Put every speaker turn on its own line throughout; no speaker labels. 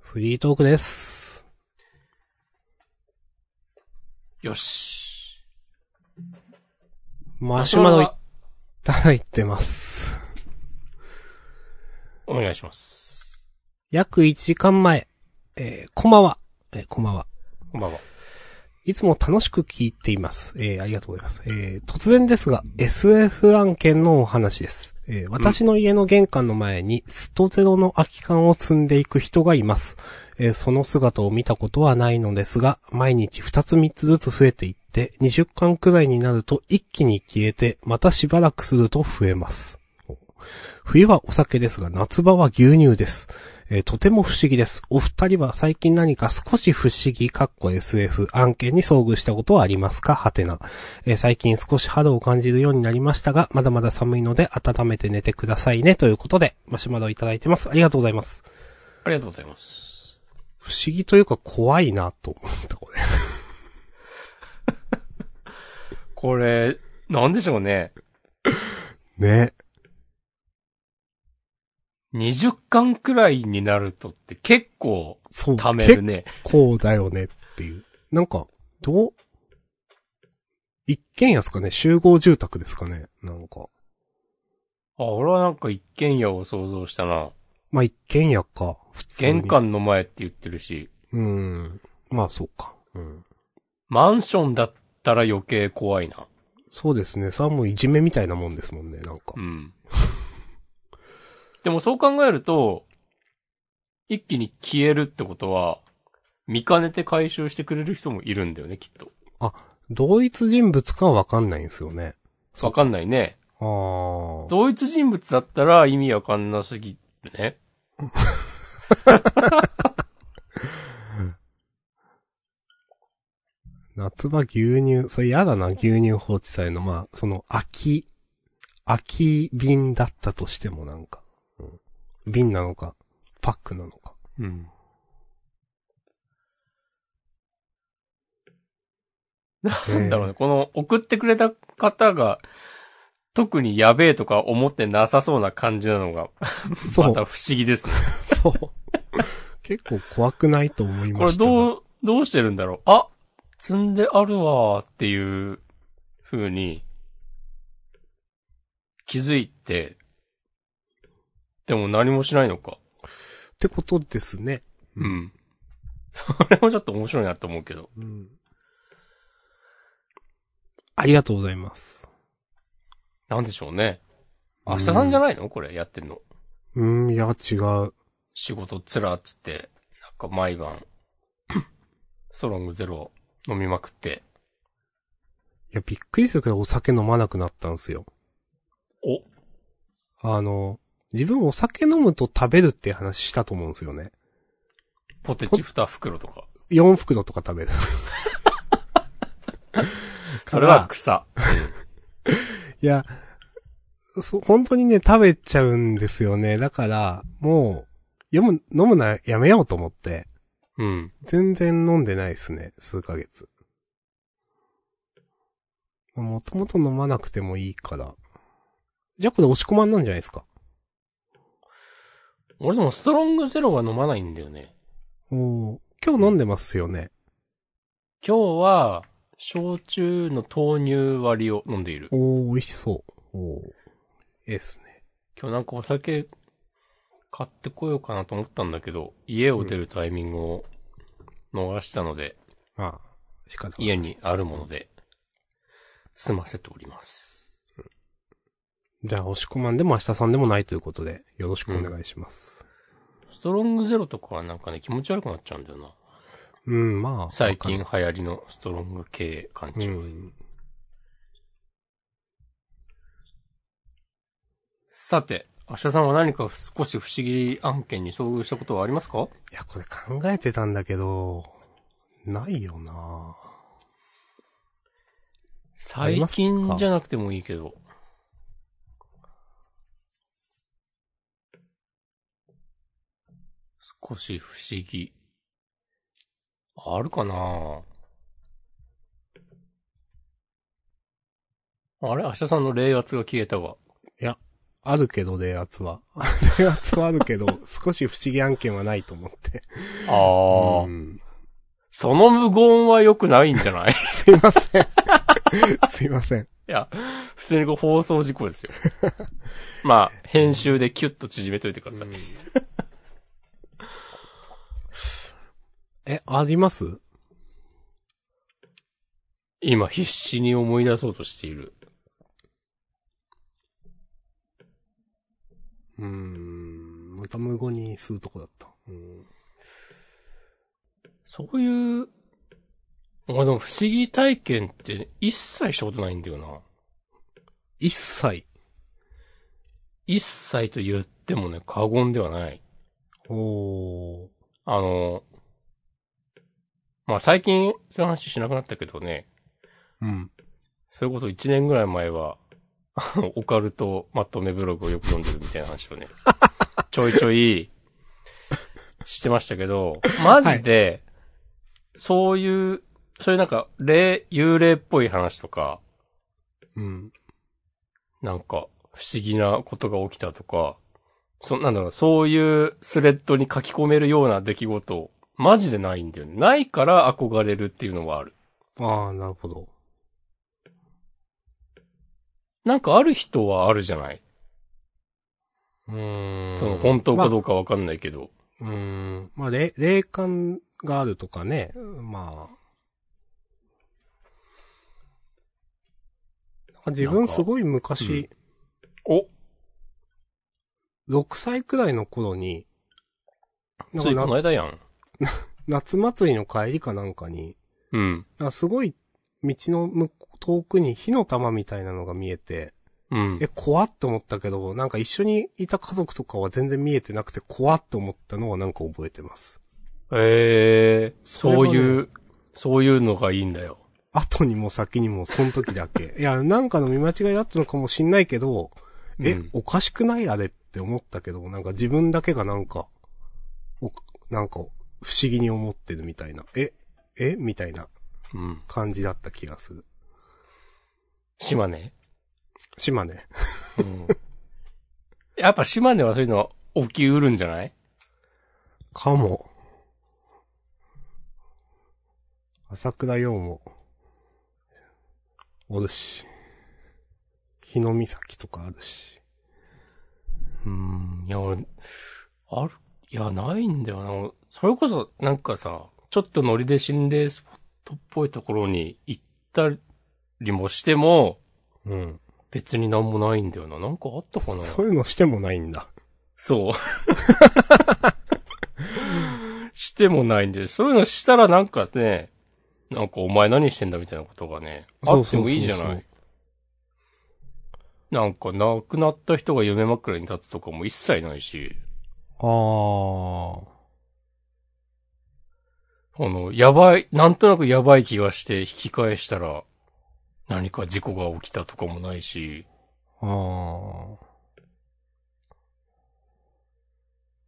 フリートークです。
よし。
マシュマロいただいてます。
お願いします。
約1時間前、えーこんばんは。えーこんばんは。
こんばんは。
いつも楽しく聞いています。えーありがとうございます。えー突然ですが、SF 案件のお話です。えー私の家の玄関の前に、ストゼロの空き缶を積んでいく人がいます。えーその姿を見たことはないのですが、毎日2つ3つずつ増えていって、20缶くらいになると一気に消えて、またしばらくすると増えます。冬はお酒ですが、夏場は牛乳です。えーとても不思議です。お二人は最近何か少し不思議、かっこ SF 案件に遭遇したことはありますかはてな。えー最近少し肌を感じるようになりましたが、まだまだ寒いので温めて寝てくださいね。ということで、マシュマロいただいてます。ありがとうございます。
ありがとうございます。
不思議というか怖いなと思った、これ。
これ、なんでしょうね。
ね。
20巻くらいになるとって結構
そう。
貯めるね。
結構だよねっていう。なんか、どう一軒家ですかね集合住宅ですかねなんか。
あ、俺はなんか一軒家を想像したな。
まあ、一軒家か。普通に
玄。関の前って言ってるし、
うん。まあ、そうか。うん。
マンションだったら余計怖いな。
そうですね。それはもういじめみたいなもんですもんね、なんか
う。 ん。でもそう考えると、一気に消えるってことは、見かねて回収してくれる人もいるんだよね、きっと。
同一人物かはわかんないんですよね。
わかんないね。
あー。
同一人物だったら意味わかんなすぎるね。
夏場牛乳、それ嫌だな、牛乳放置されるの。まあ、その、空き、空き瓶だったとしてもなんか。うん瓶なのか、パックなのか。
うん。 なんだろうね、この送ってくれた方が、特にやべえとか思ってなさそうな感じなのが、
そ
ま
う
た、不思議ですね。
そう。 結構怖くないと思い
こ
ま
れ
したが。う
どう、どうしてるんだろうあ積んであるわーっていう風に気づいて、でも何もしないのか。
ってことですね。
うん。 それもちょっと面白いなと思うけど。
うん。ありがとうございます。
なんでしょうね。明日さんじゃないのこれやってんの。
うん、いや、違う。
仕事つらっつって、なんか毎 晩、ストロングゼロ飲みまくって。
いや、びっくりするくらいお酒飲まなくなったんですよ。
お
あの、自分お酒飲むと食べるって話したと思うんですよね。
ポテチ二袋とか。
4袋とか食べる。
それは草。
いや、そ、本当にね、食べちゃうんですよね。だから、もう、飲む、飲むな、やめようと思って、
うん。
全然飲んでないですね、数ヶ月。まあもともと飲まなくてもいいから。じゃあこれ押し込まんなんじゃないですか。
俺でもストロングゼロは飲まないんだよね。
おー今日飲んでますよね。
今日は、焼酎の豆乳割りを飲んでいる。
おー、美味しそう。おー。ええっすね。
今日なんかお酒買ってこようかなと思ったんだけど、家を出るタイミングを逃したので、
ああ、仕方ない。
家にあるもので、済ませております。
じゃあ、押し込まんでも明日さんでもないということで、よろしくお願いします。
ストロングゼロとかはなんかね、気持ち悪くなっちゃうんだよな。
うん、まあ。
最
わ
近流
か
行りのストロング系感
る。
じ、
うん。
さて、明日さんは何か少し不思議案件に遭遇したことはありますか
いや、これ考えてたんだけど、ないよなあり
最
ますか
近じゃなくてもいいけど。少し不思議。あるかなあれ明日さんの霊圧が消えたが。
いや、あるけど、電圧 は。電圧はあるけど、少し不思議案件はないと思って。
ああ、
うん
その無言は良くないんじゃない い
すいません。 すいません。
や、普通にこう放送事故です よ。まあ、編集でキュッと縮めといてください。
え、あります
今必死に思い出そうとしている。
うん。また無言にするとこだった。うん。
そういう、まあでも不思議体験って一切したことないんだよな。
一切。
一切と言ってもね、過言ではない。
おー。
あの、まあ最近、そういう話しなくなったけどね、
うん。
それこそ1年ぐらい前は、 あのオカルトまとめブログをよく読んでるみたいな話 をね、ちょいちょい、してましたけど、マジで、そういう、そういうなんか、霊、幽霊っぽい話とか、
うん。
なんか、不思議なことが起きたとか、そ、なんだろう、そういうスレッドに書き込めるような出来事、マジでないんだよね。ないから憧れるっていうのはある。
ああ、なるほど。
なんかある人はあるじゃない
うん
その本当かどうかわかんないけど。
うーん。まあ、霊、霊感があるとかね。まあ。なんか自
なん
分
か
すごい昔、
お
6歳くらいの頃に、なん
つ
か
いこの
な
間やん。
夏祭りの帰りかなんかに、
うん。
なんかすごい道の向こう遠くに火の玉みたいなのが見えて、
うん
え、。怖って思ったけど、なんか一緒にいた家族とかは全然見えてなくて怖って思ったのはなんか覚えてます。
えー、
それ
そ
はね
ういう、そういうのがいいんだよ。
後にも先にも、その時だけ。 いや、なんかの見間違いだったのかもしんないけど、え、
うん
おかしくないあれって思ったけど、なんか自分だけがなんか、お、なんか、不思議に思ってるみたいな。え、えみたいな
うん。
感じだった気がする。
島根。
島根。
うん。やっぱ島根はそういうの起きうるんじゃない
かも。朝倉陽も、おるし。日の岬とかあるし。
うん。いや、俺、ある、いや、ないんだよな。それこそ、なんかさ、ちょっとノリで心霊スポットっぽいところに行ったりもしても、
うん。
別になんもないんだよな。なんかあったかな
そういうのしてもないんだ。
そう。 してもないんで、そういうのしたらなんかね、なんかお前何してんだみたいなことがね、あ
そう
って
そうそうそう
もいいじゃない。なんか亡くなった人が夢枕に立つとかも一切ないし、
ああ。
この、やばい、なんとなくやばい気がして引き返したら、何か事故が起きたとかもないし、
あ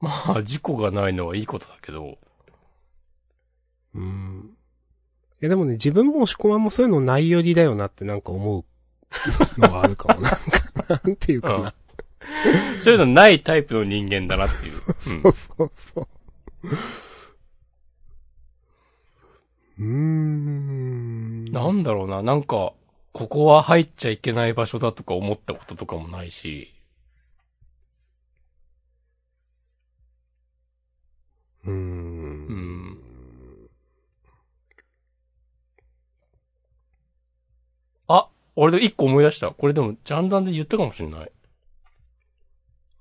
まあ事故がないのはいいことだけど、
ーうん。いやでもね、自分も押し込まんもそういうのないよりだよなってなんか思うのはあるかも。 なんか、なんていうか な。
そういうのないタイプの人間だなっていう。うん
そうそうそう。うーん。
なんだろうな、なんか、ここは入っちゃいけない場所だとか思ったこととかもないし、
うー。
うんん。あ、俺で一個思い出した。これでも、ジャンダンで言ったかもしれない。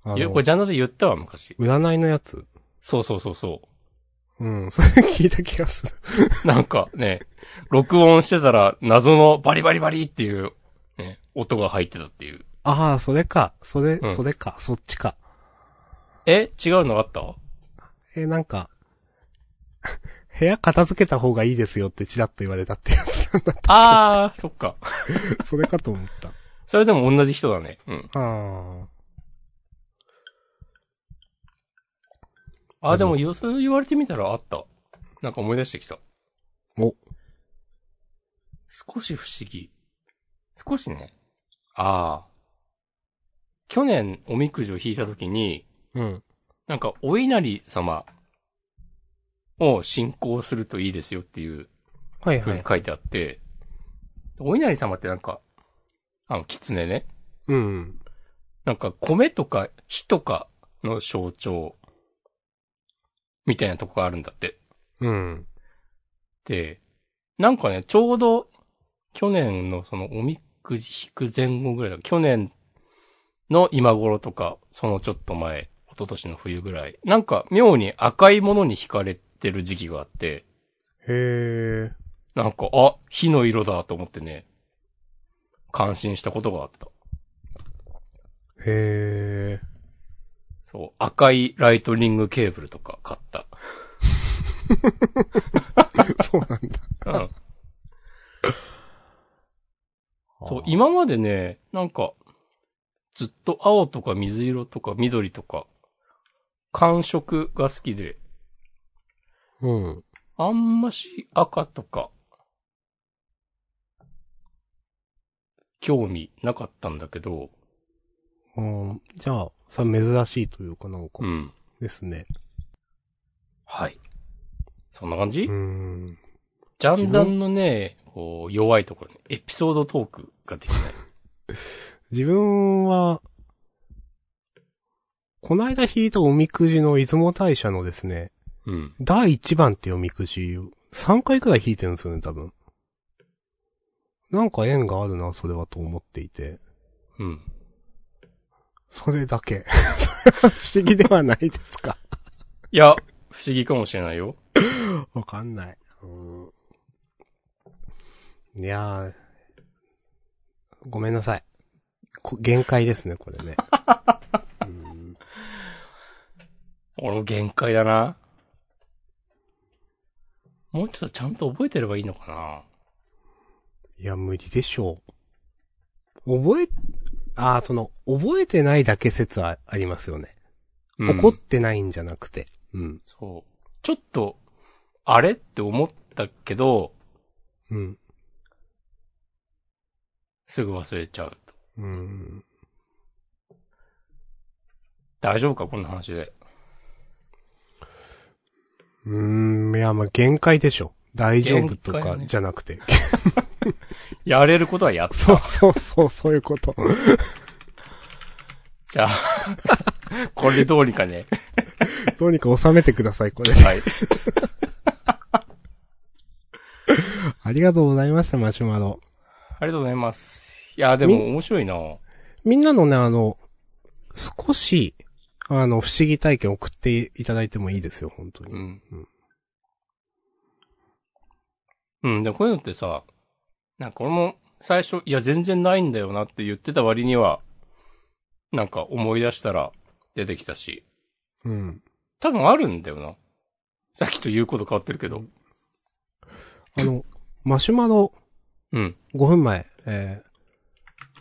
あの
いや、これジャンダンで言ったわ、昔。
占いのやつ。
そうそうそう そ
うん。それ聞いた気がする。
う。なんかね、録音してたら、謎のバリバリバリっていう、ね、音が入ってたっていう。
ああ、それか。それ、
うん
それか。そっちか。
え違うのあった
えーなんか、 部屋片付けた方がいいですよってチラッと言われたってやつなんだっ
あー、そっか。
た。 それかと思った。
それでも同じ人だね。うん。
ああ。
あ、でも、よ、そう言われてみたらあった。なんか思い出してきた。
お。
少し不思議。少しね。ああ。去年おみくじを引いた時に、
うん。
なんかお稲荷様を信仰するといいですよっていう
はい
ふう
は
に
い。
書いてあって、お稲荷様ってなんか、あの、狐ね。
うん。
なんか米とか火とかの象徴、みたいなとこがあるんだって。
うん。
で、なんかね、ちょうど、去年のそのおみくじ引く前後ぐらいだ、去年の今頃とか、そのちょっと前、一昨年の冬ぐらい、なんか妙に赤いものに惹かれてる時期があって、
へー。
なんか、あ、火の色だと思ってね、感心したことがあった。
へー。
そう、赤いライトニングケーブルとか買った。
そうなんだ。
うん。そう、今までね、なんか、ずっと青とか水色とか緑とか、感触が好きで、
うん。
あんまし赤とか、興味なかったんだけど、
うん。じゃあ、さ、珍しいというかなんか
う、ん。
ですね。
はい。そんな感じ、
うん。
ジャンダンのね、こう、弱いところね、エピソードトークができない。
自分は、こないだ引いたおみくじの出雲大社のですね、
うん。
第1番っていうおみくじ、3回くらい引いてるんですよね、多分。なんか縁があるな、それはと思っていて。
うん。
それだけ。 不思議ではないですか。
いや、不思議かもしれないよ。
わかんない。うんいやー、ごめんなさい。こ限界ですね、これね。 うん
俺も限界だな。もうちょっとちゃんと覚えてればいいのか
いや、無理でしょう。覚え、ああ、その、覚えてないだけ説はありますよね。
な、
怒ってないんじゃなくて。うん。
そう。ちょっと、あれって思ったけど、
うん。
すぐ忘れちゃうと。
うん。
大丈夫かこんな話で。
うーん、いや、まあ、限界でしょ。大丈夫と
限界
か
ね
じゃなくて。
やれることはやっ
そう
た。
そうそう、そういうこと。
じゃあ、 これでどうにかね。
どうにか収めてください、これ。
はい。
ありがとうございました、マシュマロ。
ありがとうございます。いや、でも面白いな
みんなのね、あの、少し、あの、不思議体験送っていただいてもいいですよ、本当に。
うん
うん。
うん、でもこういうのってさ、なんか俺も最初、いや全然ないんだよなって言ってた割には、なんか思い出したら出てきたし、
うん。
多分あるんだよな。さっきと言うこと変わってるけど。
あの、マシュマロ、
うん。
5分前、えー、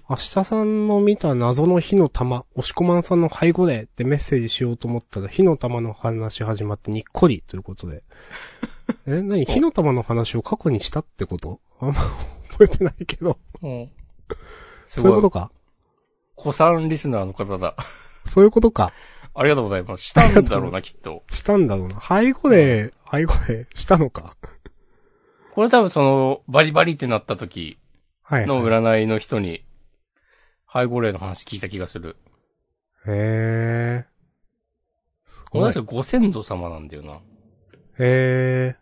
明日さんの見た謎の火の玉、押し込まんさんの背後でってメッセージしようと思ったら、火の玉の話始まってにっこりということで。え、 なに火の玉の話を過去にしたってことあんま 覚えてないけど。
うん、 す
そういう
ご
こと。
い
か
子さんリスナーの方だ。
そういうことか。
ありがとうございます。したん だろうな、きっと。
したんだろうな。背後で、背後でしたのか。
これ多分その、バリバリってなった時
はい、は
の
い。
占いの人に、背後霊の話聞いた気がする。
へー。す
この
ごい。
人ご先祖様なんだよな。
へ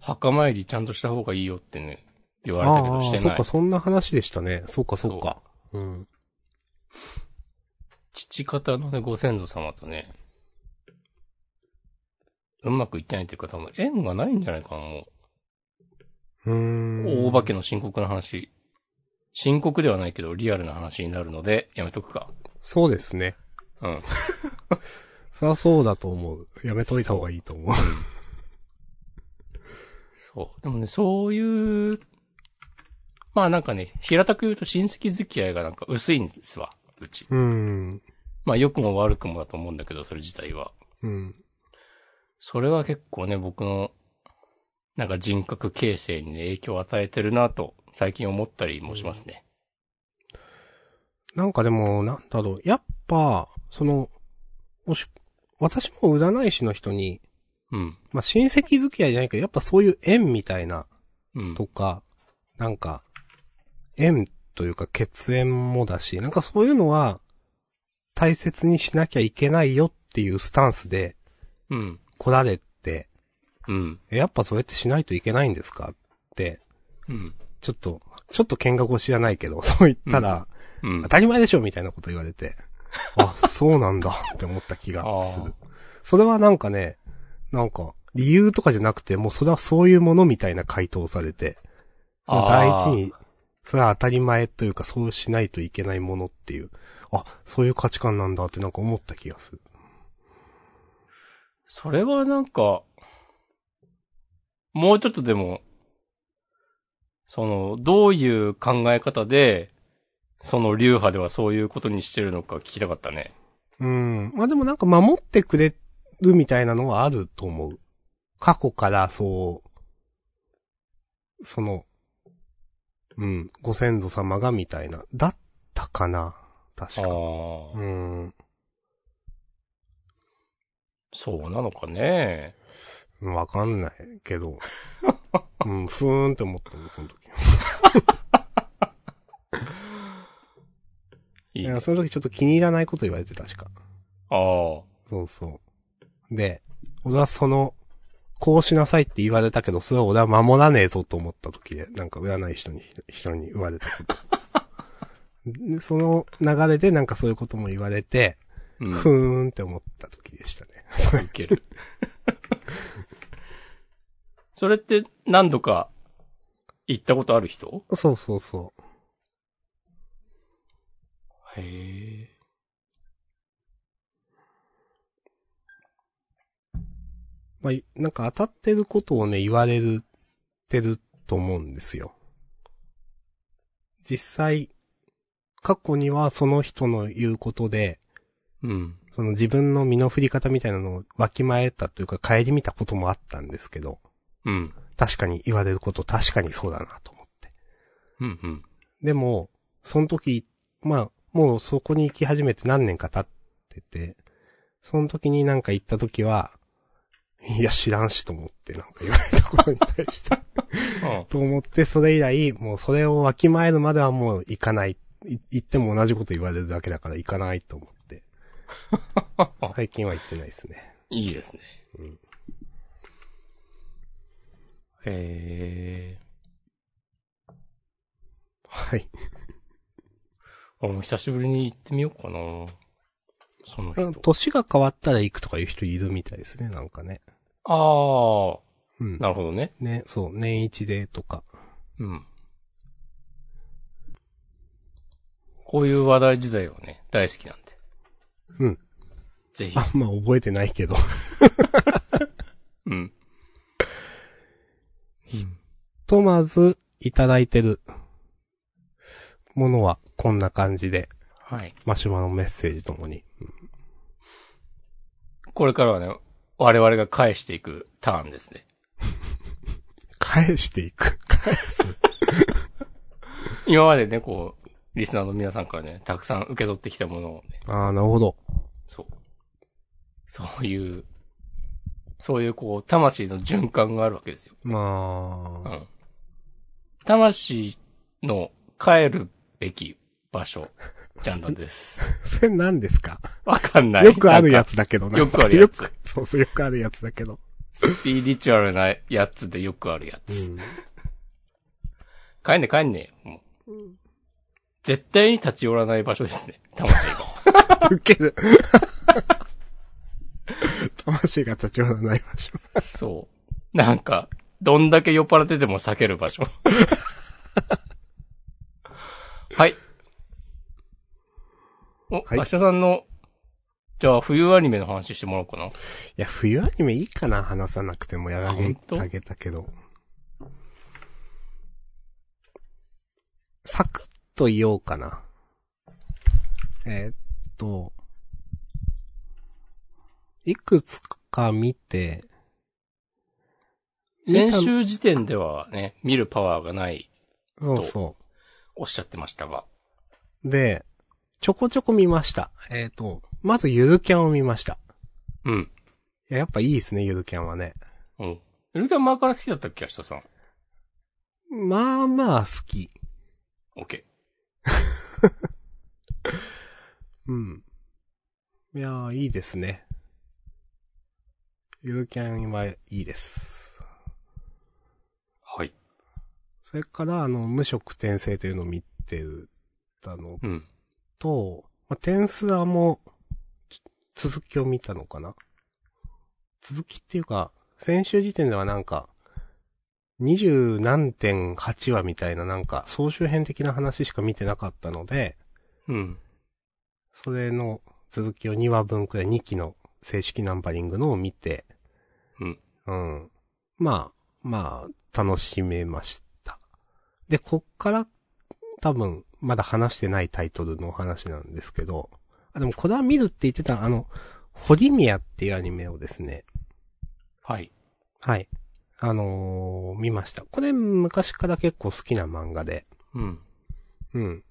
墓参りちゃんとした方がいいよってね、言
ー。
われたけ
あ
ど
あ
し
ー、
て
そ
な
っ
い
か、。そんな話でしたね。そっか、そっか。うん。
父方のね、ご先祖様とね、うまくいってないというか多分縁がないんじゃないかな、も
うーん
う。大化けの深刻な話。深刻ではないけど、リアルな話になるので、やめとくか。
そうですね。
うん。
そりゃそうだと思う。やめといた方がいいと思う。
そう。でもね、そういう、まあなんかね、平たく言うと親戚付き合いがなんか薄いんですわ、うち。
うーん。
まあ良くも悪くもだと思うんだけど、それ自体は。
うん。
それは結構ね、僕の、なんか人格形成にね、影響を与えてるなと、最近思ったりもしますね。
なんかでも、なんだろう。やっぱ、その、おし、私も占い師の人に、
うん。
まあ、親戚付き合いじゃないけど、やっぱそういう縁みたいな、
うん。
とか、なんか、縁というか血縁もだし、なんかそういうのは、大切にしなきゃいけないよっていうスタンスで
うん。
来られて、
うん。
えやっぱそうやってしないといけないんですかって、
うん。
ちょっと、ちょっと見学を知らないけど、 そう言ったら、
うん
当。たり前でしょみたいなこと言われ て、あ、そうなんだって思った気がする。それはなんかね、なんか、理由とかじゃなくて、もうそれはそういうものみたいな回答をされて、大
あー
事に、それは当たり前というか、そうしないといけないものっていう、あ、そういう価値観なんだってなんか思った気がする。
それはなんか、もうちょっとでも、その、どういう考え方で、その流派ではそういうことにしてるのか聞きたかったね。
うん。まあでもなんか守ってくれるみたいなのはあると思う。過去からそう、その、うん、ご先祖様がみたいな、だったかな確
ああ
か。、うん。
そうなのかね。
わかんないけど。うん、ふーんって思ったの、その時。
い
い
いね
や、その時ちょっと気に入らないこと言われて、確か。
ああ、
そうそう。で、俺はその、こうしなさいって言われたけど、それは俺は守らねえぞと思った時で、なんか占い人に、人に言われたこと。 でその流れでなんかそういうことも言われて、
うん、
ふーんって思った時でしたね。
いける。それって何度か行ったことある人
そうそうそ
へえ。
う。まあ、いなんか当たってることをね、言われる、てると思うんですよ。実際、過去にはその人の言うことで、
うん。
その自分の身の振り方みたいなのをわきまえたというか帰り見たこともあったんですけど、
うん。
確かに言われること確かにそうだなと思って。
うん、うん。
でも、その時、まあ、もうそこに行き始めて何年か経ってて、その時になんか行った時は、いや知らんしと思ってなんか言われたことに対して、
あ
と思って それ以来、もうそれをわきまえるまではもう行かない。い行っても同じこと言われるだけだから行かないと思って、
あ
最近は行ってないですね。
いいですね。
うん
へえ。
はい。
俺も久しぶりに行ってみようかな。その人。
年が変わったら行くとかいう人いるみたいですね、なんかね。
ああ、
うん。
なるほどね。
ね、そう、年一でとか。
うん。こういう話題自体はね、大好きなんで。
うん。
ぜひ。
あんま覚えてないけど。
うん。
ひとまず、いただいてるものはこんな感じで、
はい。
マシュマロメッセージともに。
これからはね、我々が返していくターンですね。
返していく。返す。
今までね、こう、リスナーの皆さんからね、たくさん受け取ってきたものをね、
ああ、なるほど。
そう。そういう、そういうこう、魂の循環があるわけですよ。
まあ、
うん。魂の帰るべき場 所、ジャンダンです。
それ何ですか
わかんない。
よくあるや
つ。
つだけどな
よくあるやつ
よくそうそう、よくあるやつだけど。
スピリチュアルなやつでよくあるや
う
つ。
ん。
帰んね帰んねもう絶対に立ち寄らない場所ですね。魂が。
受ける。 魂が立ち寄らない場所。
そう。なんか、どんだけ酔っ払ってても避ける 場所。はい。お、
はい
明日さんの、じゃあ冬アニメの話してもらおうかな。
いや、冬アニメいいかな話さなくてもやら
あほん
げ
と
あげたけど。サクッと言おうかな。えーっと、いくつか見て、
先
見
週時点ではね、見るパワーがない
たそうそ
おっしゃってましたが。
う。で、ちょこちょこ見ました。えっ、と、まずゆるキャンを見ました。
うん。
いややっぱいいですね、ゆるキャンはね。
うん。ゆるキャン前から好きだったっけ明日さん。
まあまあ好き。
オッケ
うん。いやー、いいですね。ゆるキャンはいいです。
ー。はい。
それから、あの、無色転生というのを見てたの
うん。
と、まあ、テンスラも、つ続きを見たのかな続きっていうか、先週時点ではなんか、二十何点8話みたいななんか、総集編的な話しか見てなかったので、
うん。
それの続きを2話分くらい2期の正式ナンバリングのを見て、
うん。
うん。まあ、まあ、楽しめました。で、こっから、多分、まだ話してないタイトルのお話なんですけど、あ、でもこれは見るって言ってた、あの、ホリミアっていうアニメをですね、
はい。
はい。あのー見ました。これ昔から結構好きな漫画で、
うん。
うん。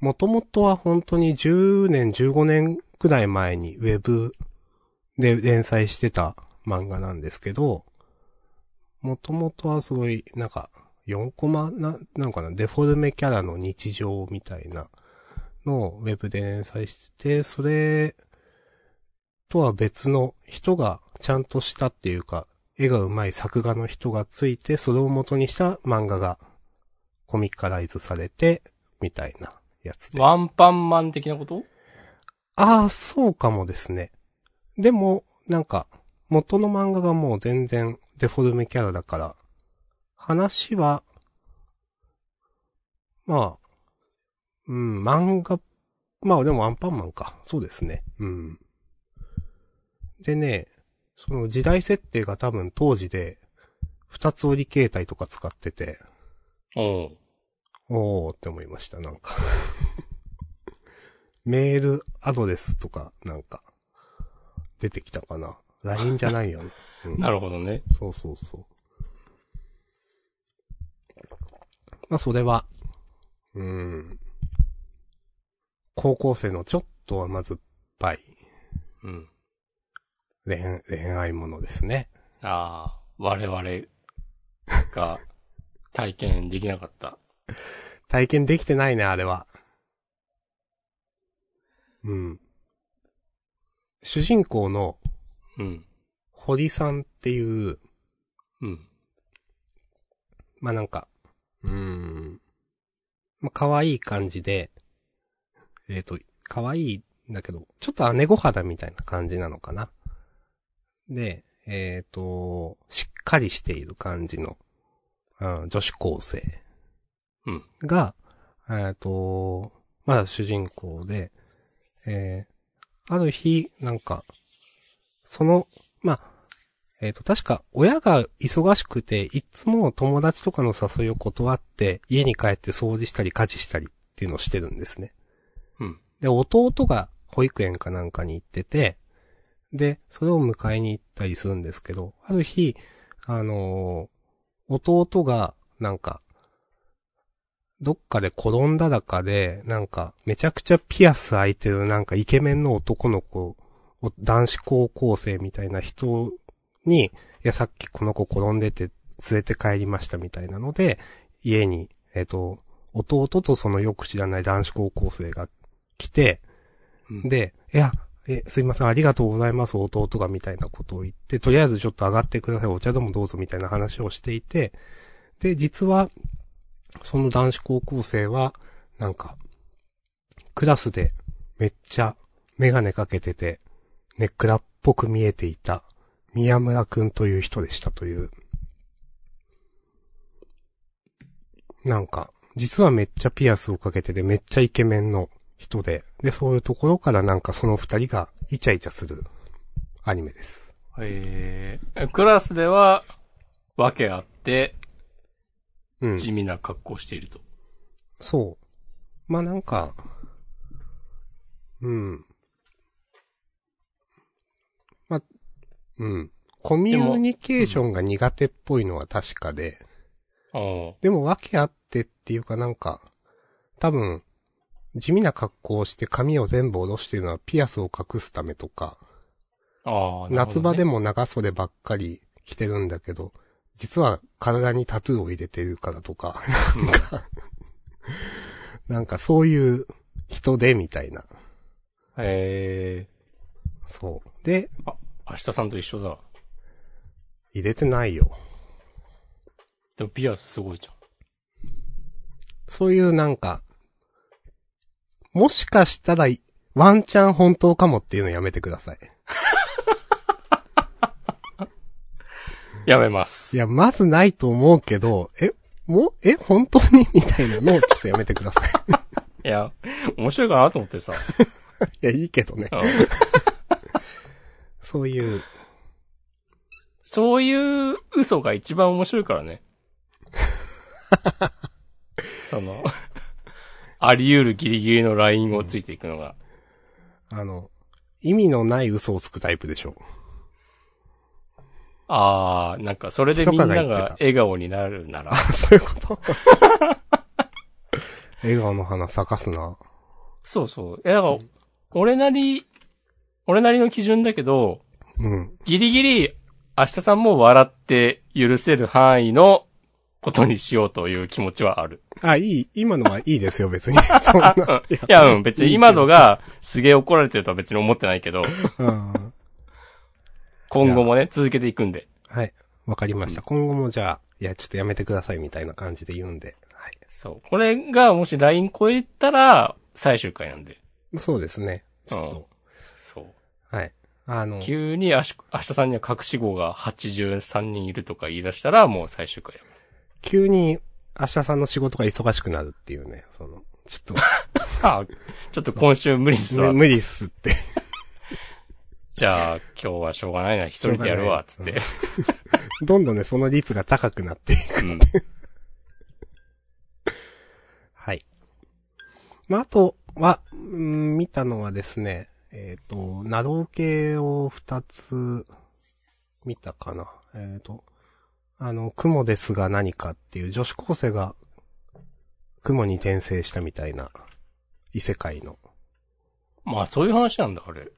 もともとは本当に10年、15年くらい前にウェブで連載してた漫画なんですけど、もともとはすごい、なんか、4コマな、なのかな、デフォルメキャラの日常みたいなのをウェブで連載してて、それとは別の人がちゃんとしたっていうか、絵が上手い作画の人がついて、それを元にした漫画がコミカライズされて、みたいなやつで。あ
ワンパンマン的なこと
あー、そうかもですね。でも、なんか、元の漫画がもう全然デフォルメキャラだから、話は、まあ、うん、漫画、まあでもアンパンマンか。そうですね。うん。でね、その時代設定が多分当時で、二つ折り形態とか使ってて、
おう
おーって思いました、なんか。メールアドレスとか、なんか、出てきたかな。LINE じゃない よね。うん
なるほどね。
そうそうそう。まあ、それは、うーん。高校生のちょっと甘酸っぱい
うん。
恋恋愛ものですね。
ああ、我々が体験できなかった。
体験できてないね、あれは。うん。主人公の、
うん。
堀さんっていう、
うん。
まあ、なんか、うーん。まあ、可愛い感じで、えっ、と、可愛いんだけど、ちょっと姉御肌みたいな感じなのかな。で、えっ、と、しっかりしている感じの、うん、女子高生
うん。
が、えっ、と、まだ主人公で、えー、ある日、なんか、その、まあ、えっ、と、確か、親が忙しくて、いつも友達とかの誘いを断って、家に帰って掃除したり家事したりっていうのをしてるんですね。
うん。
で、弟が保育園かなんかに行ってて、で、それを迎えに行ったりするんですけど、ある日、あのー弟が、なんか、どっかで転んだだかで、なんか、めちゃくちゃピアス開いてる、なんかイケメンの男の子、お男子高校生みたいな人に、いや、さっきこの子転んでて連れて帰りましたみたいなので、家に、えっ、と、弟とそのよく知らない男子高校生が来て、
うん、
で、いや、え、すいません、ありがとうございます、弟が、みたいなことを言って、とりあえずちょっと上がってください、お茶でもどうぞ、みたいな話をしていて、で、実は、その男子高校生は、なんか、クラスで、めっちゃ、メガネかけてて、ネックラっぽく見えていた、宮村くんという人でしたという。なんか、実はめっちゃピアスをかけてて、めっちゃイケメンの人で、で、そういうところからなんかその二人がイチャイチャするアニメです。
えー、クラスでは、わけあって、
うん。
地味な格好をしていると。
そう。まあ、なんか、うん。まあ、うん。コミュニケーションが苦手っぽいのは確かで、
おう
でも訳あってっていうかなんか、多分、地味な格好をして髪を全部下ろしているのはピアスを隠すためとか、
ああ、
夏場で
も。
も長袖ばっかり着てるんだけど、実は体にタトゥーを入れてるからとか、なんか、なんかそういう人でみたいな。
へえ。
そう。で、
あ、明日さんと一緒だ。
入れてないよ。
でもピアスすごいじゃん。
そういうなんか、もしかしたらい、ワンチャン本当かもっていうのやめてください。
やめます。
いや、まずないと思うけど、え、もう、え、本当にみたいなのをちょっとやめてください。
いや、面白いかなと 思ってさ。
いや、いいけどね。
うん
そういう、
そういう嘘が一番面白いからね。 その、 あり得るギリギリのラインをついていくのが。
あの、意味のない嘘をつくタイプでしょ。
あー、なんかそれでみんな
密かな言って
が
た
笑顔になるなら。
そういうこと 笑顔の花咲かすな。
そうそう。いや、だから、俺なり、俺なりの基準だけど、
うん。
ギリギリ、明日さんも笑って許せる範囲のことにしようという気持ちはある。
あ、いい、今のはいいですよ、別に。 そんな。
いや、うん、別に今のがすげえ怒られてるとは別に思って ないけど、
うん。
今後もね、続けていくんで。
はい。わかりました。今後もじゃあ、いや、ちょっとやめてくださいみたいな感じで言うんで。は
そう。これがもし LINE 超えたら、最終回なんで。
い。そうですね。ちょっと。
そう。
はい。あの、
急にあし、明日さんには隠し号が83人いるとか言い出したら、もう最終回や。
急に、明日さんの仕事が忙しくなるっていうね。その、ちょっ
あ、ちょっと今週無理です
と、
わ
む。無理っすって。
じゃあ、今日はしょうがないな、一人でやるわ、つって。
どんどんね、その率が高くなっていく。
うん。
はい。まあ、あとは、うん見たのはですね、えっ、と、ナロー系を二つ見たかな。えっ、と、あの、雲ですが何かっていう女子高生が雲に転生したみたいな異世界の。
まあ、そういう話なんだ、あれ。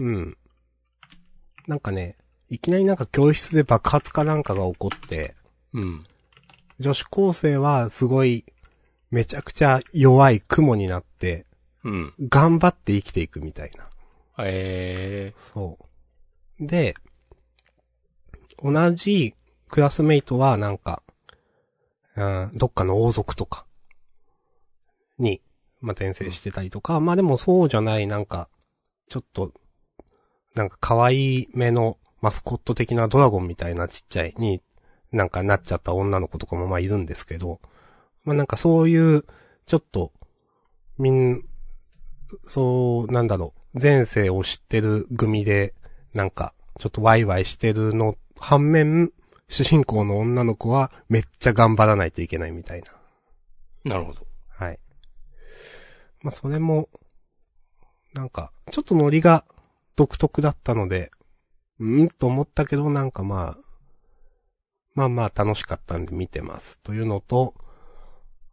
うん。なんかね、いきなりなんか教室で爆発かなんかが起こって、
うん。
女子高生はすごい、めちゃくちゃ弱い雲になって、
うん。
頑張って生きていくみたいな。
え
そう。で、同じクラスメイトはなんか、うん、どっかの王族とか、に、まあ、転生してたりとか、まあでもそうじゃない、なんか、ちょっと、なんか可愛い目のマスコット的なドラゴンみたいなちっちゃいに、なんかなっちゃった女の子とかもまあいるんですけど、まあなんかそういう、ちょっと、みん、そう、なんだろう、前世を知ってる組で、なんか、ちょっとワイワイしてるの、反面、主人公の女の子はめっちゃ頑張らないといけないみたいな。
ー、なるほど。
はい。まあ、それも、なんか、ちょっとノリが独特だったので、うんと思ったけど、なんかまあ、まあまあ楽しかったんで見てます。というのと、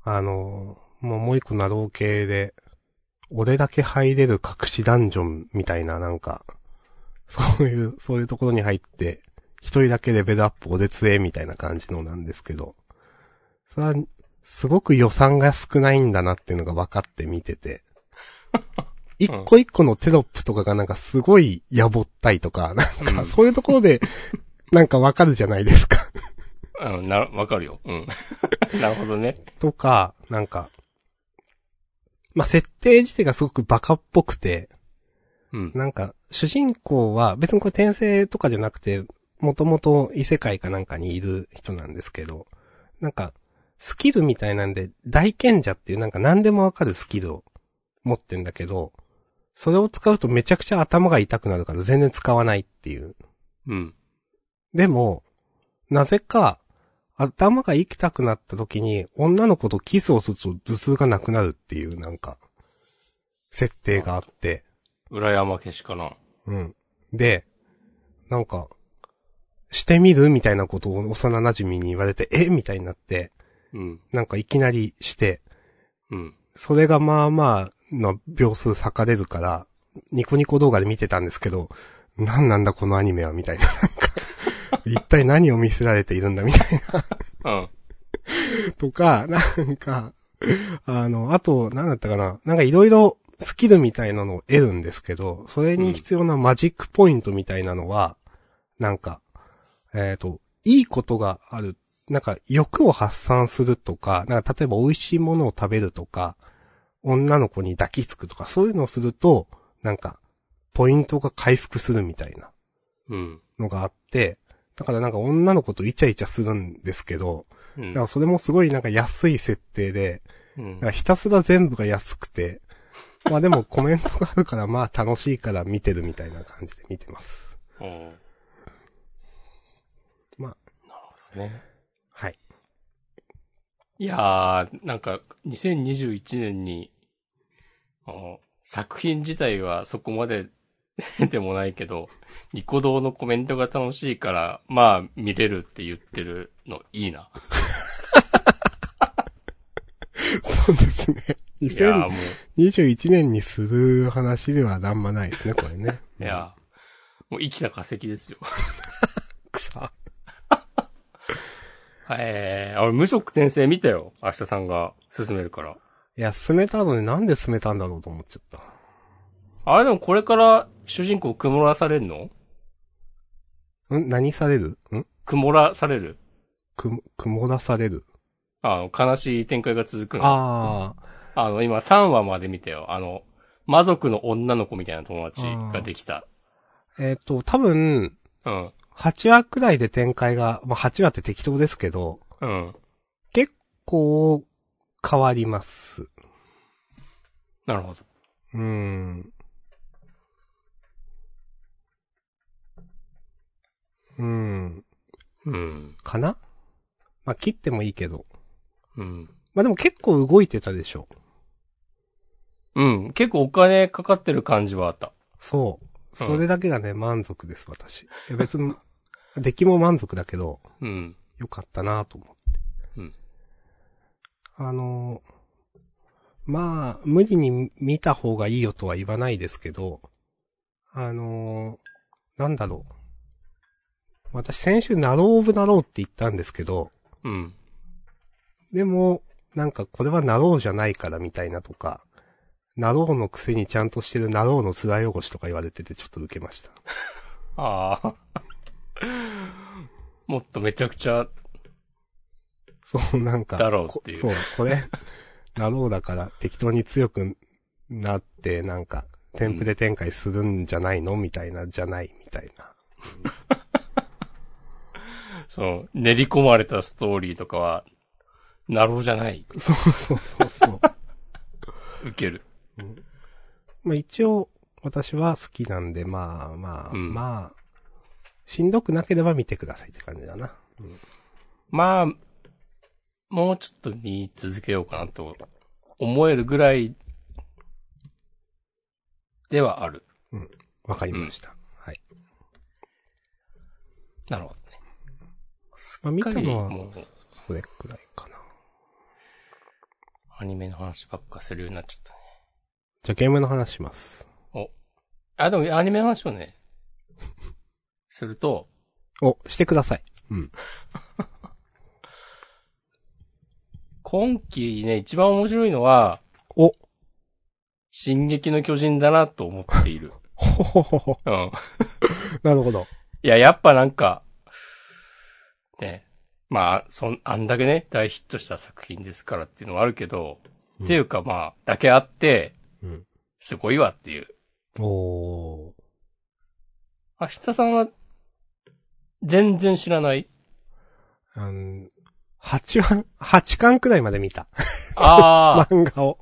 あの、もうもう一個なろう系で、俺だけ入れる隠しダンジョンみたいな、なんか、そういう、そういうところに入って、一人だけレベルアップおでつえみたいな感じのなんですけど、それはすごく予算が少ないんだなっていうのが分かって見てて。一個一個のテロップとかがなんかすごいやぼったいとか、なん
う
か
ん
そういうところで、なんか分かるじゃないですか。
うん、な、わかるよ。うん。 なるほどね。
とか、なんか、まあ、設定自体がすごくバカっぽくて、
うん。
なんか、主人公は別にこれ転生とかじゃなくて、もともと異世界かなんかにいる人なんですけど、なんか、スキルみたいなんで、大賢者っていうなんか何でもわかるスキルを持ってんだけど、それを使うとめちゃくちゃ頭が痛くなるから全然使わないっていう。
うん。
でも、なぜか、頭が生きたくなった時に、女の子とキスをすると頭痛がなくなるっていう、なんか、設定があって、
裏山消しかな。
うん。で、なんか、してみるみたいなことを幼馴染に言われて、えみたいになって、
うん。
なんかいきなりして、
うん。
それがまあまあ、の秒数遡れるから、ニコニコ動画で見てたんですけど、なんなんだこのアニメは、みたいな。なんか一体何を見せられているんだ、みたい
うん。
な。とか、 なんか、あの、あと、なんだったかな。なんかいろいろスキルみたいなのを得るんですけど、それに必要なマジックポイントみたいなのは、なんか、えっ、と、いいことがある。なんか、欲を発散するとか、なんか、例えば美味しいものを食べるとか、女の子に抱きつくとか、そういうのをすると、なんか、ポイントが回復するみたいな
うん。
のがあって、だからなんか女の子とイチャイチャするんですけど、
う
だ
ん
からそれもすごいなんか安い設定で、
うん
なんかひたすら全部が安くて、まあでもコメントがあるからまあ楽しいから見てるみたいな感じで見てます。
うん。
まあ、
ね。
はい。
いやー、なんか、2021年に、あの作品自体はそこまで でもないけど、ニコ動のコメントが楽しいから、まあ、見れるって言ってるのいいな。
そうですね。
いやー
2021
も
年にする話ではあんまないですね、これ ね。
う、いやーもう生きた化石ですよ。
草。
えー、俺無職先生見たよ。明日さんが勧めるから。
いや、進めたのになんで進めたんだろうと思っちゃった。
あれでもこれから主人公曇らされるの
ん何されるん
曇らされる
く、曇らされる。
あの、悲しい展開が続くの。
ああ。
あの、今3話まで見てよ。あの、魔族の女の子みたいな友達ができた。
えっ、と、多分、
うん。
8話くらいで展開が、まあ、8話って適当ですけど、
うん。
結構変わります。
なるほど。
うーん。うーん。
うん。
かなまあ、切ってもいいけど。
うん。
まあ、でも結構動いてたでしょ。
うん。結構お金かかってる感じはあった。
そう。それだけがね、満足です、私。いや別に、 出来も満足だけど、
うん。
よかったなと思って。
うん。
あのー、まあ、無理に見た方がいいよとは言わないですけど、あのー、なんだろう。私先週ナローオブナローって言ったんですけど、
うん。
でも、なんかこれはナローじゃないからみたいなとか、ナローのくせにちゃんとしてるナローの面汚しとか言われててちょっと受けました。
ああ。 もっとめちゃくちゃ、
そう、なんか。
だろうっていう
こそう、こ れ、なろうだから適当に強くなって、なんか、テンプレ展開するんじゃないのみたいな、じゃない、みたいな。
その、練り込まれたストーリーとかは、なろうじゃない。
そうそうそうそう。
受ける。
まあ一応、私は好きなんで、まあまあ、
うん
まあ、しんどくなければ見てくださいって感じだな。
まあ、もうちょっと見続けようかなと思えるぐらいではある。
わかりました。はい。
なるほどね。
まあ見たのは、
もう
これくらいかな。
アニメの話ばっかするようになっちゃったね。
じゃあゲームの話します。
お。あ、でもアニメの話を ね、すると、
お、してください。うん。
今期ね、一番面白いのは、
お、
進撃の巨人だなと思っている。
ほほほほ。
うん。
なるほど。
いや、やっぱなんか、ね、まあ、そん、あんだけね、大ヒットした作品ですからっていうのはあるけど、
うん
っていうかまあ、だけあって、
うん。
すごいわっていう。
おー。
明日さんは、全然知らない。
あの、8巻、八巻くらいまで見た。
ああ、
漫画を。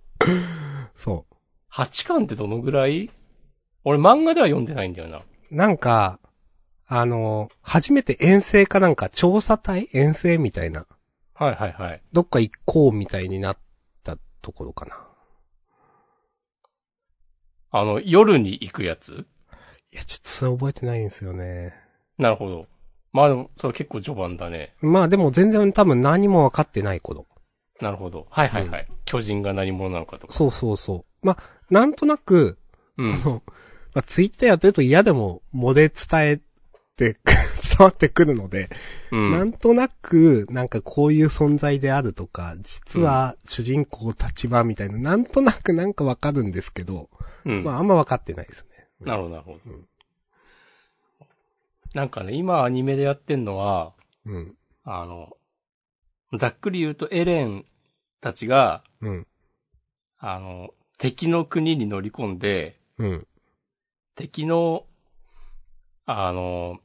そ
8巻ってどのぐらい俺漫画では読んでないんだよな。
う。なんか、あの、初めて遠征かなんか調査隊遠征みたいな。
はいはいはい。
どっか行こうみたいになったところかな。
あの、夜に行くやつ
いや、ちょっとそれ覚えてないんですよね。
なるほど。まあでも、それ結構序盤だね。
まあでも全然多分何も分かってない頃。
なるほど。はいはいはい。巨人が何者なのかとか。
そうそうそう。まあ、なんとなく、
うん。
その、まあ、ツイッターやってると嫌でも、モで伝えて、 伝わってくるので、
うん。
なんとなく、なんかこういう存在であるとか、実は主人公立場みたいな、なんとなくなんかわかるんですけど、
うん
まああんまわかってないですね。
なるほど、なるほど
うん。
なんかね、今アニメでやってんのは、
うん。
あの、ざっくり言うとエレンたちが、
うん。
あの、敵の国に乗り込んで、
うん。
敵の、あの、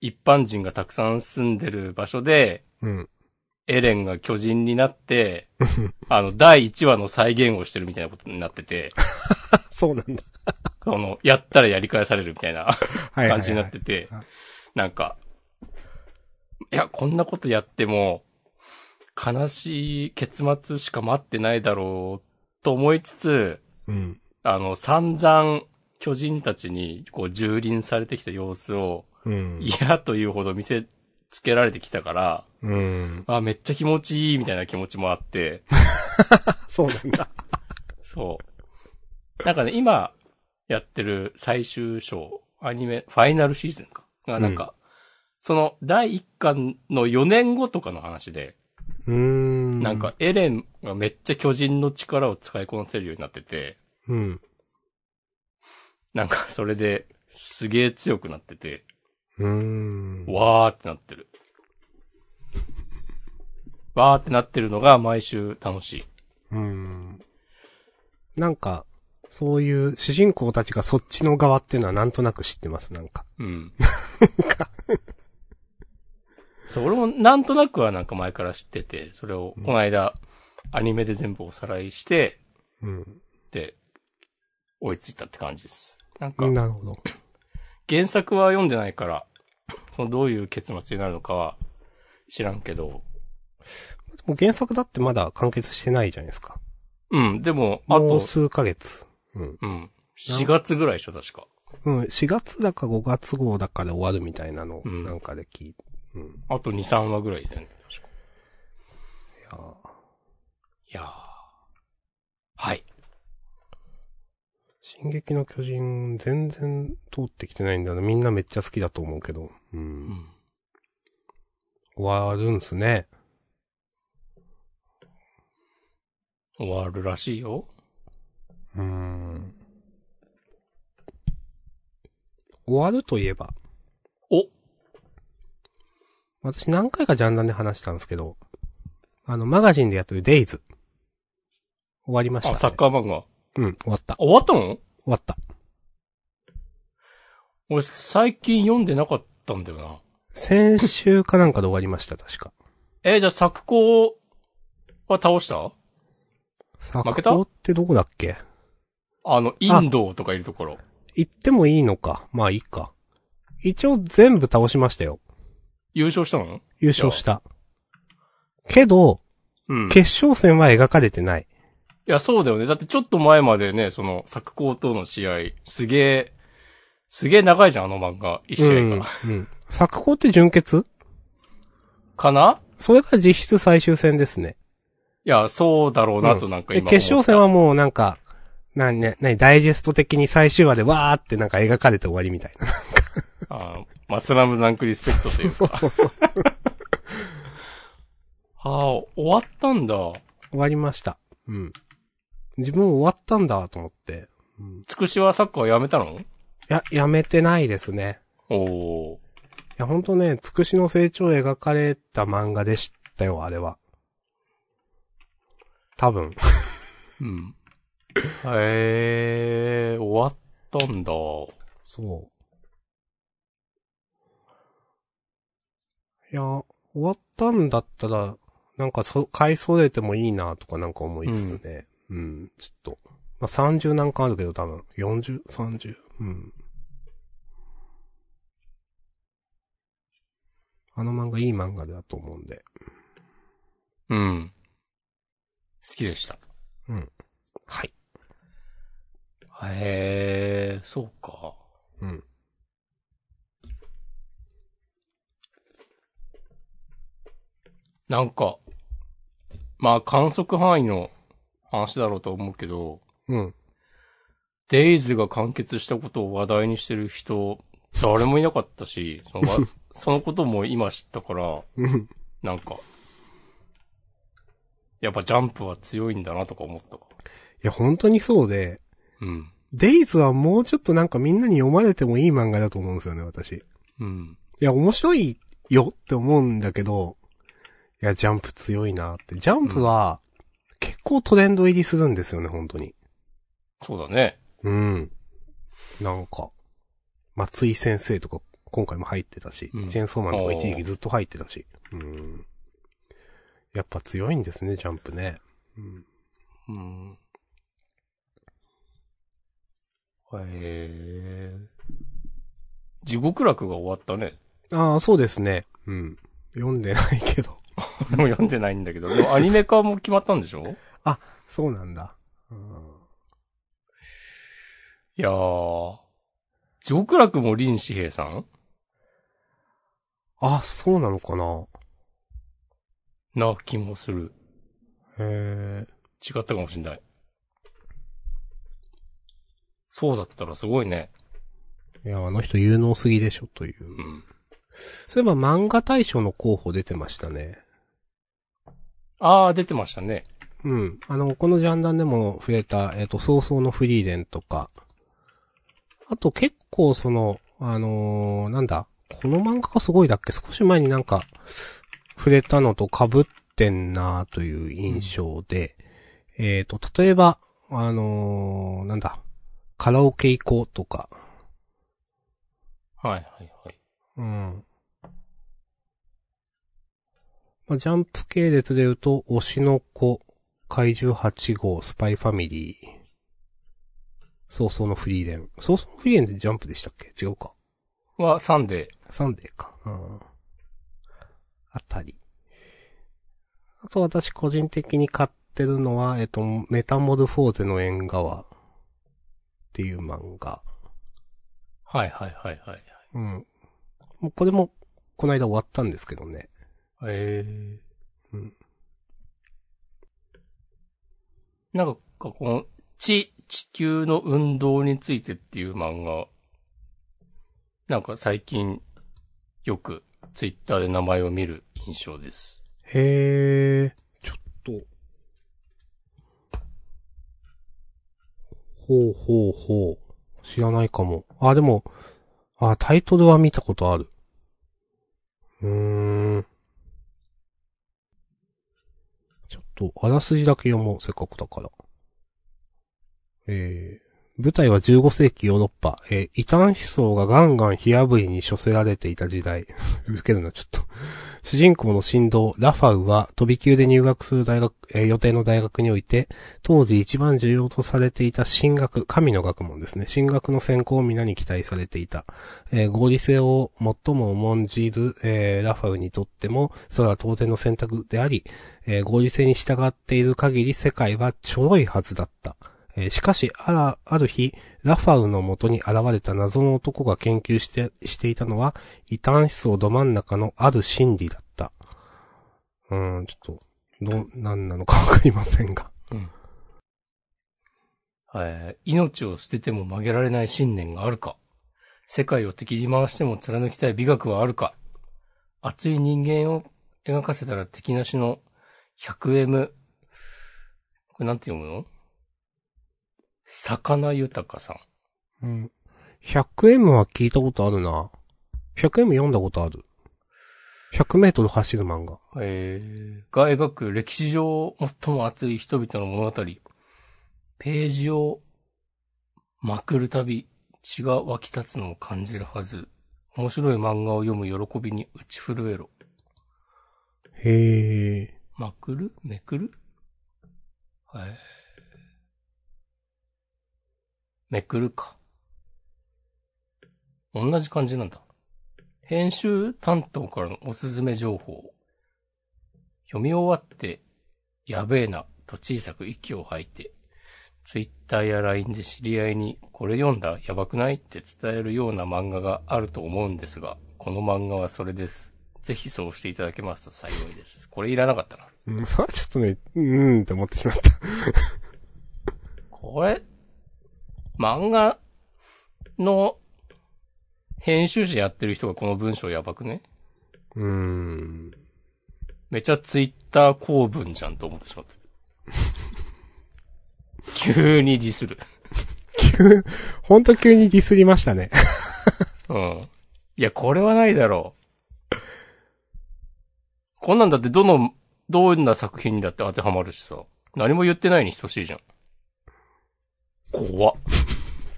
一般人がたくさん住んでる場所で、
うん。
エレンが巨人になって、あの、第1話の再現をしてるみたいなことになってて、
あ、そうなんだ。
この、やったらやり返されるみたいな。
はいはい、はい。
感じになってて
はい、
なんか、いや、こんなことやっても、悲しい結末しか待ってないだろうと思いつつ、
うん。
あの、散々巨人たちにこう蹂躙されてきた様子を
うん。
嫌というほど見せつけられてきたから、
うん。
あ、めっちゃ気持ちいいみたいな気持ちもあって、
そうなん だ。
そう。なんかね、今やってる最終章、アニメ、ファイナルシーズンか。がなんか、その第1巻の4年後とかの話で、
うーん。
なんか、エレンがめっちゃ巨人の力を使いこなせるようになってて、
うん。
なんかそれですげえ強くなってて、
うーん。
わーってなってる。わーってなってるのが毎週楽しい。
うん。なんか、そういう主人公たちがそっちの側っていうのはなんとなく知ってます、なんか。
うん。 そう、俺もなんとなくはなんか前から知ってて、それをこの間、アニメで全部おさらいして、
うん。
で、追いついたって感じです。なんか、
なるほど。
原作は読んでないから、そのどういう結末になるのかは知らんけど、
でも原作だってまだ完結してないじゃないですか。
うん、でも、あ
もう
と、
数ヶ月。うん。
うん、4月ぐらいでしょ、確か。
うん、4月だか5月号だかで終わるみたいなのを
うん
なんかで聞いうん。
あと2、3話ぐらいだよね、確か。
いやー
いやーはい。
進撃の巨人全然通ってきてないんだよね。みんなめっちゃ好きだと思うけど。う。
うんん。
終わるんすね。
終わるらしいよ。
うん。終わるといえば、
お
私何回かジャンダンで話したんですけど、あの、マガジンでやってるデイズ。終わりました、
あ、
ね。
サッカー漫画。
うん、終わった。
終わったの
終わった。
俺、最近読んでなかったんだよな。
先週かなんかで終わりました、確か。
えーじゃあ作工は倒した
負
けた
ってどこだっけ
あの、インドとかいるところ。
行ってもいいのか。まあいいか。一応全部倒しましたよ。
優勝したの
優勝した。けど、
うん。い
決勝戦は描かれてない。
や、そうだよね。だってちょっと前までね、その、作工との試合、すげえ、すげえ長いじゃん、あの漫画。一
う
試合
ん
か。。
うん。作法って準決
かな
それが実質最終戦ですね。
いや、そうだろうなと、
うん
なんか
で
今思った。
決勝戦はもうなんか、なんね、なに、ダイジェスト的に最終話でわーってなんか描かれて終わりみたいな。
あーまあ、スラムダンクリスペク トというか。
そうそう。
はあ、終わったんだ。
終わりました。うん。自分終わったんだと思って。うん
つくしはサッカーやめたの
いや、やめてないですね。
おー。
いや、ほんとね、つくしの成長を描かれた漫画でしたよ、あれは。多分。
うん。へえ、終わったんだ。
そう。いや、終わったんだったら、なんかそ、買い揃えてもいいなとかなんか思いつつね。うん、ちょっと。まあ、30何巻あるけど多分、40、30、うん。あの漫画いい漫画だと思うんで。
うん。好きでした。
はい。
へえ、そうか。
うん。
なんか、まあ観測範囲の話だろうと思うけど、
うん。
デイズが完結したことを話題にしてる人、誰もいなかったし、そのわそのことも今知ったから、
うん。
なんか、やっぱジャンプは強いんだなとか思ったわ。
いや、本当にそうで、
うん。
デイズはもうちょっとなんかみんなに読まれてもいい漫画だと思うんですよね、私。い
うん。
や、面白いよって思うんだけど、いや、ジャンプ強いなって。ジャンプは、結構トレンド入りするんですよね、本当に。
そうだね。
うん。なんか、松井先生とか今回も入ってたし、
うん
チェーンソーマンとか一時期ずっと入ってたし。うん。やっぱ強いんですね、ジャンプね。うん。
うん。へえ。地獄楽が終わったね。
ああ、そうですね。うん。読んでないけど。
俺も読んでないんだけど、でもアニメ化も決まったんでしょ
そうなんだ。うん
いやー。地獄楽も林志平さん
あ、そうなのかな。
な気もする。
へえ。
違ったかもしんない。そうだったらすごいね。
いや、あの人有能すぎでしょ、というう。
ん。
そういえば漫画大賞の候補出てましたね。
あー、出てましたね。
うん。あの、このジャンダンでも触れた、えっ、と、早々のフリーレンとか、あと結構その、あのーなんだ、この漫画がすごいだっけ少し前になんか、触れたのと被ってんなという印象で、えっ、と、例えば、あのーなんだ、カラオケ行こうとか、
はいはいはい。
うん。まあ、ジャンプ系列で言うと、推しの子、怪獣8号、スパイファミリー、早々のフリーレン。早々のフリーレンってジャンプでしたっけ違うか。
は、サンデ
サンデーか。うん。あたり。あと私個人的に買ってるのは、えっと、メタモルフォーゼの縁側っていう漫画。
ー。はいはいはいはい。
うん。もうこれも、この間終わったんですけどね。
へえ。
うん。
なんか、この、地、地球の運動についてっていう漫画、なんか最近、よく、ツイッターで名前を見る印象です。
へえ、ちょっと。ほうほうほう。知らないかも。あ、でも、あ、タイトルは見たことある。うーん。ちょっと、あらすじだけ読もう、せっかくだから。えー、舞台は15世紀ヨーロッパ。えー、異端思想がガンガン火炙りに処せられていた時代。 受けるな、ちょっと。主人公の神童、ラファウは、飛び級で入学する大学、えー予定の大学において、当時一番重要とされていた進学、神の学問ですね。進学の専攻を皆に期待されていた。えー合理性を最も重んじる、えーラファウにとっても、それは当然の選択であり、えー合理性に従っている限り世界はちょろいはずだった。えーしかし、あら、ある日、ラファウの元に現れた謎の男が研究して、していたのは、異端思想ど真ん中のある真理だった。うーん、ちょっと、ど、何なのかわかりませんが。
はい。命を捨てても曲げられない信念があるか。世界を敵に回しても貫きたい美学はあるか。熱い人間を描かせたら敵なしの 100M。これなんて読むの魚豊さん。
うん。100M は聞いたことあるな。100M 読んだことある。100メートル走る漫画。
えー、が描く歴史上最も熱い人々の物語。ページをまくるたび血が湧き立つのを感じるはず。面白い漫画を読む喜びに打ち震えろ。
へえ。
まくるめくるはい。めくるか。同じ感じなんだ。編集担当からのおすすめ情報。読み終わって、やべえな、と小さく息を吐いて、ツイッターや LINE で知り合いに、これ読んだやばくないって伝えるような漫画があると思うんですが、この漫画はそれです。ぜひそうしていただけますと幸いです。これいらなかったな。
うん、それはちょっとね、うーんって思ってしまった。
これ、漫画の編集者やってる人がこの文章やばくね
うーん。
めちゃツイッター公文じゃんと思ってしまった。急にディスる。
急、ほんと急にディスりましたね。
うん。いや、これはないだろう。こんなんだってどの、どんな作品にだって当てはまるしさ。何も言ってないに等しいじゃん。怖っ。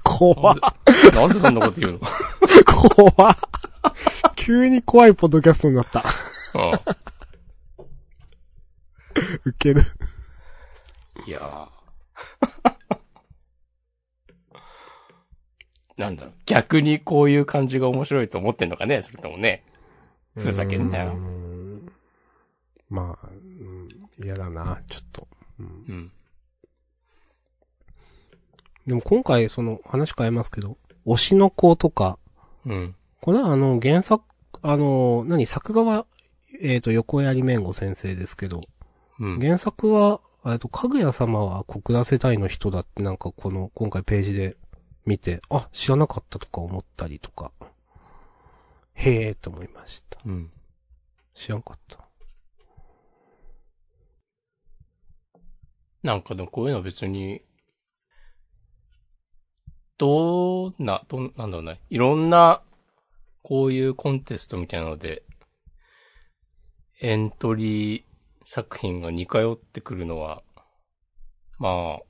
怖 っ、
なんでそんなこと言うの
怖 っ。急に怖いポッドキャストになった。
う
ウケる。
ん。いやー なんだろう、逆にこういう感じが面白いと思ってんのかねそれともね。ふざけんなよ
うーんまあ、うん嫌だな、ちょっと。うん
うん。
でも今回、その、話変えますけど、推しの子とか、
うん。
これはあの、原作、あの、何、作画は、えっ、と、横槍めんご先生ですけど、
うん。
原作は、えっと、かぐや様は小倉世代の人だってなんかこの、今回ページで見て、あ、知らなかったとか思ったりとか、へえーと思いました。
うん。
知らんかった。
なんかでもこういうのは別に、どんな、どん、なんだろうね。いろんな、こういうコンテストみたいなので、エントリー作品が似通ってくるのは、まあ、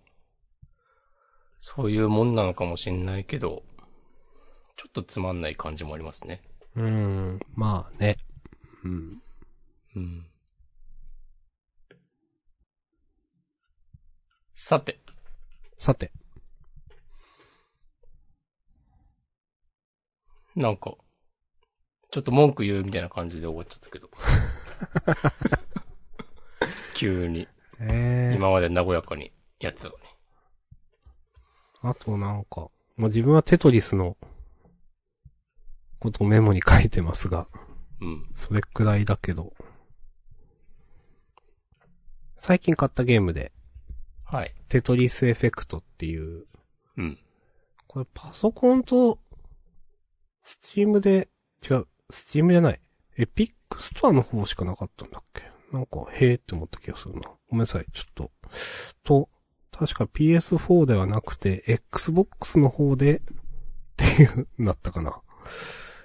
そういうもんなのかもしんないけど、ちょっとつまんない感じもありますね。
うーん、まあね。うん。
うん。さて。
さて、
なんか、ちょっと文句言うみたいな感じで終わっちゃった けど。急に、
え
今まで和やかにやってたのに。
あとなんか、まあ自分はテトリスのことをメモに書いてますが、
うん。
それくらいだけど、最近買ったゲームで、
はい。
テトリスエフェクトっていう、
うん。
これパソコンと、スチームで、違う、スチームじゃない。エピックストアの方しかなかったんだっけなんか、へーって思った気がするな。ごめんなさい、ちょっと。と、確か PS4 ではなくて、Xbox の方で、っていう、なったかな。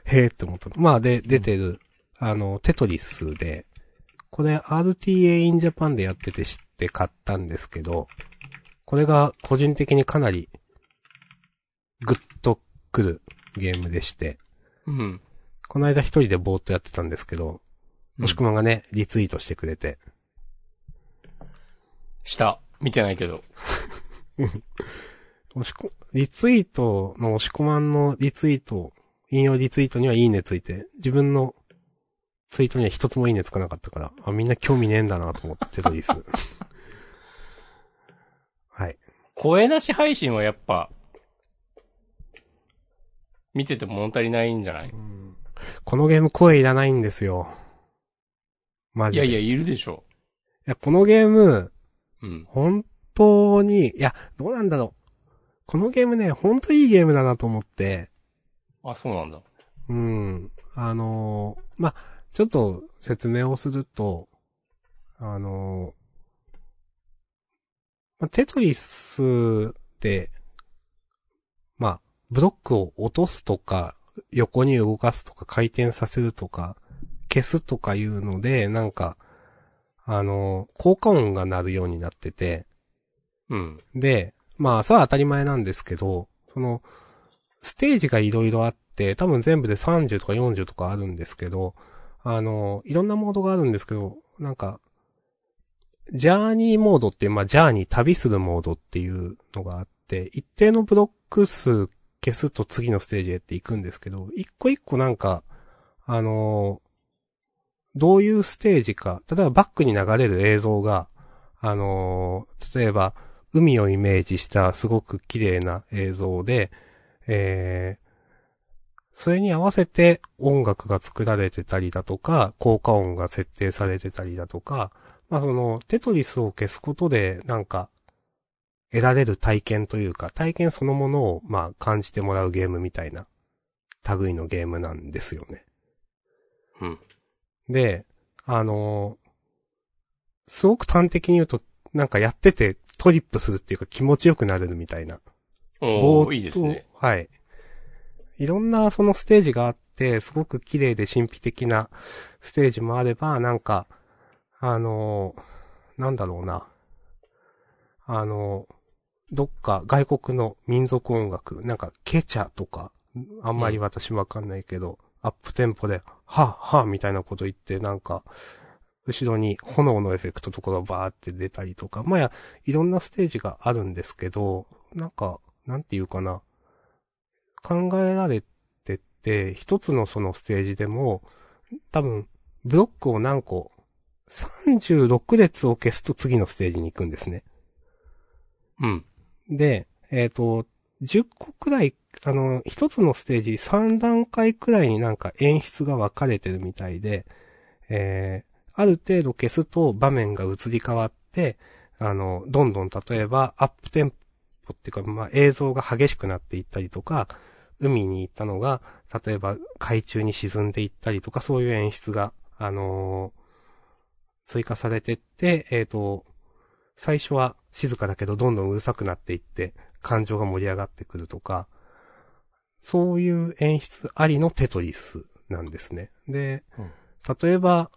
へーって思った。まあ、で、出てる、あの、テトリスで、これ RTA in Japan でやってて知って買ったんですけど、これが個人的にかなりグッとくるゲームでして、
うん。
この間一人でぼーっとやってたんですけど、もしくまがね、リツイートしてくれて、
した。見てないけど。
押しこ、リツイートの押し込まんのリツイート、引用リツイートにはいいねついて、自分のツイートには一つもいいねつかなかったから、あ、みんな興味ねえんだなと思って、テトリス。 はい。
声なし配信はやっぱ、見てて物足りないんじゃない
このゲーム声いらないんですよ。マ
い
ジ
や
で。
い
い
や、いるでしょ。
や、このゲーム、
うん。
本当に、いや、どうなんだろう。このゲームね、本当いいゲームだなと思って、
あ、そうなんだ。
うん。あのーまあ、ちょっと説明をすると、あのーまあ、テトリスって、まあ、ブロックを落とすとか、横に動かすとか、回転させるとか、消すとかいうので、なんか、あのー効果音が鳴るようになってて、
うん。
で、まあ、それは当たり前なんですけど、その、ステージがいろいろあって、多分全部で30とか40とかあるんですけど、あの、いろんなモードがあるんですけど、なんか、ジャーニーモードっていう、まあ、ジャーニー旅するモードっていうのがあって、一定のブロック数消すと次のステージへって行くんですけど、一個一個なんか、あのどういうステージか、例えばバックに流れる映像が、あの例えば、海をイメージしたすごく綺麗な映像で、えー、それに合わせて音楽が作られてたりだとか、効果音が設定されてたりだとか、まあその、テトリスを消すことで、なんか、得られる体験というか、体験そのものを、まあ感じてもらうゲームみたいな、類のゲームなんですよね。
うん。
で、あのーすごく端的に言うと、なんかやっててトリップするっていうか気持ちよくなれるみたいな。
お
冒
ー
頭
いいですね。
はい。いろんなそのステージがあって、すごく綺麗で神秘的なステージもあれば、なんか、あのーなんだろうな。あのーどっか外国の民族音楽、なんかケチャとか、あんまり私わかんないけど、アップテンポで、はぁ、はぁ、みたいなこと言って、なんか、後ろに炎のエフェクトとかがバーって出たりとか、まあや、いろんなステージがあるんですけど、なんか、なんていうかな、考えられてって、一つのそのステージでも、多分、ブロックを何個、36列を消すと次のステージに行くんですね。
うん。
で、えっ、と、10個くらい、あの、一つのステージ3段階くらいになんか演出が分かれてるみたいで、えー、ある程度消すと場面が移り変わって、あの、どんどん例えばアップテンポっていうか、まあ、映像が激しくなっていったりとか、海に行ったのが、例えば海中に沈んでいったりとか、そういう演出が、あのー追加されてって、えっ、と、最初は静かだけどどんどんうるさくなっていって、感情が盛り上がってくるとか、そういう演出ありのテトリスなんですね。で、
うん
例えば、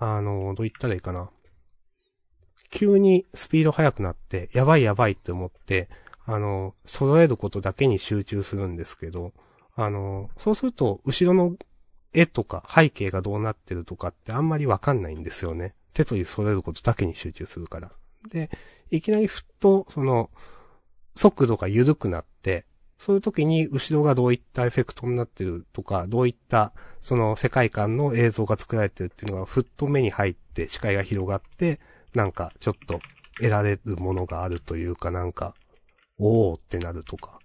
あの、どう言ったらいいかな。急にスピード速くなって、やばいやばいって思って、あの、揃えることだけに集中するんですけど、あの、そうすると、後ろの絵とか背景がどうなってるとかってあんまりわかんないんですよね。手取り揃えることだけに集中するから。で、いきなりふっと、その、速度が緩くなって、そういう時に後ろがどういったエフェクトになってるとか、どういった、その世界観の映像が作られてるっていうのがふっと目に入って視界が広がって、なんかちょっと得られるものがあるというかなんか、おーってなるとか。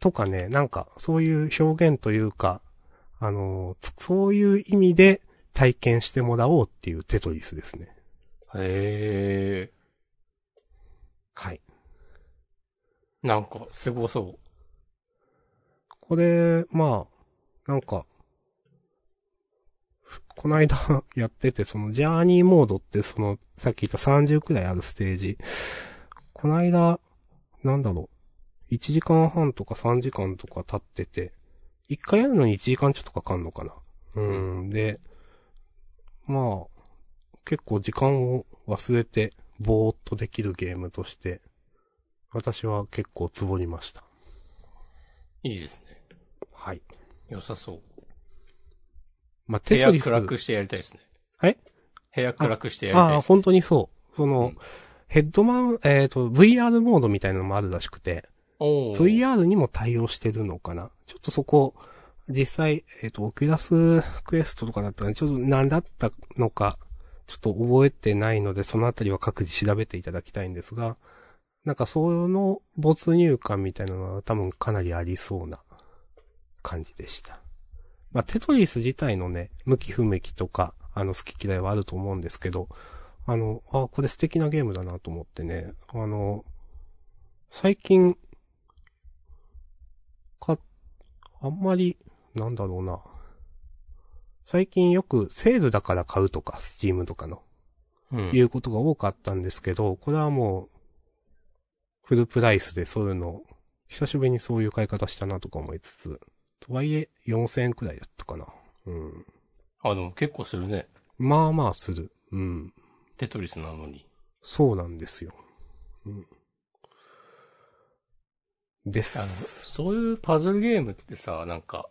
とかね、なんかそういう表現というか、あの、つそういう意味で体験してもらおうっていうテトリスですね。
へ
はい。
え。なんか、すごそ
これ、まあ、なんか、ふこないだ やってて、そのジャーニーモードってその、さっき言った30くらいあるステージ。こないだ、なんだろう。1時間半とか3時間とか経ってて、1回やるのに1時間ちょっとかかんのかな。うん、で、まあ、結構時間を忘れて、ぼーっとできるゲームとして、私は結構つぼりました。
う。いいですね。
はい。
良さそう。
まあ、
部
テト
屋
リス。
暗くしてやりたいですね。
はい
部屋暗くしてやりたい
ああ、
です。
本当にそう。その、
うん
ヘッドマウン、えっ、と、VR モードみたいなのもあるらしくて、
おー
VR にも対応してるのかな。ちょっとそこ、実際、えっ、と、オキュラスクエストとかだったら、ちょっと何だったのか、ちょっと覚えてないので、そのあたりは各自調べていただきたいんですが、なんかその没入感みたいなのは多分かなりありそうな感じでした。まあ、テトリス自体のね、向き不向きとか、あの、好き嫌いはあると思うんですけど、あの、あ、これ素敵なゲームだなと思ってね、あの、最近、か、あんまり、なんだろうな。最近よくセールだから買うとか、スチームとかの、
うん
いうことが多かったんですけど、これはもう、フルプライスでそういうの、久しぶりにそういう買い方したなとか思いつつ、とはいえ4000円くらいだったかな。うん。
あ、でも結構するね。
まあまあする。うん。
テトリスなのに。
そうなんですよ。うん。で
あの、
す。
そういうパズルゲームってさ、なんか、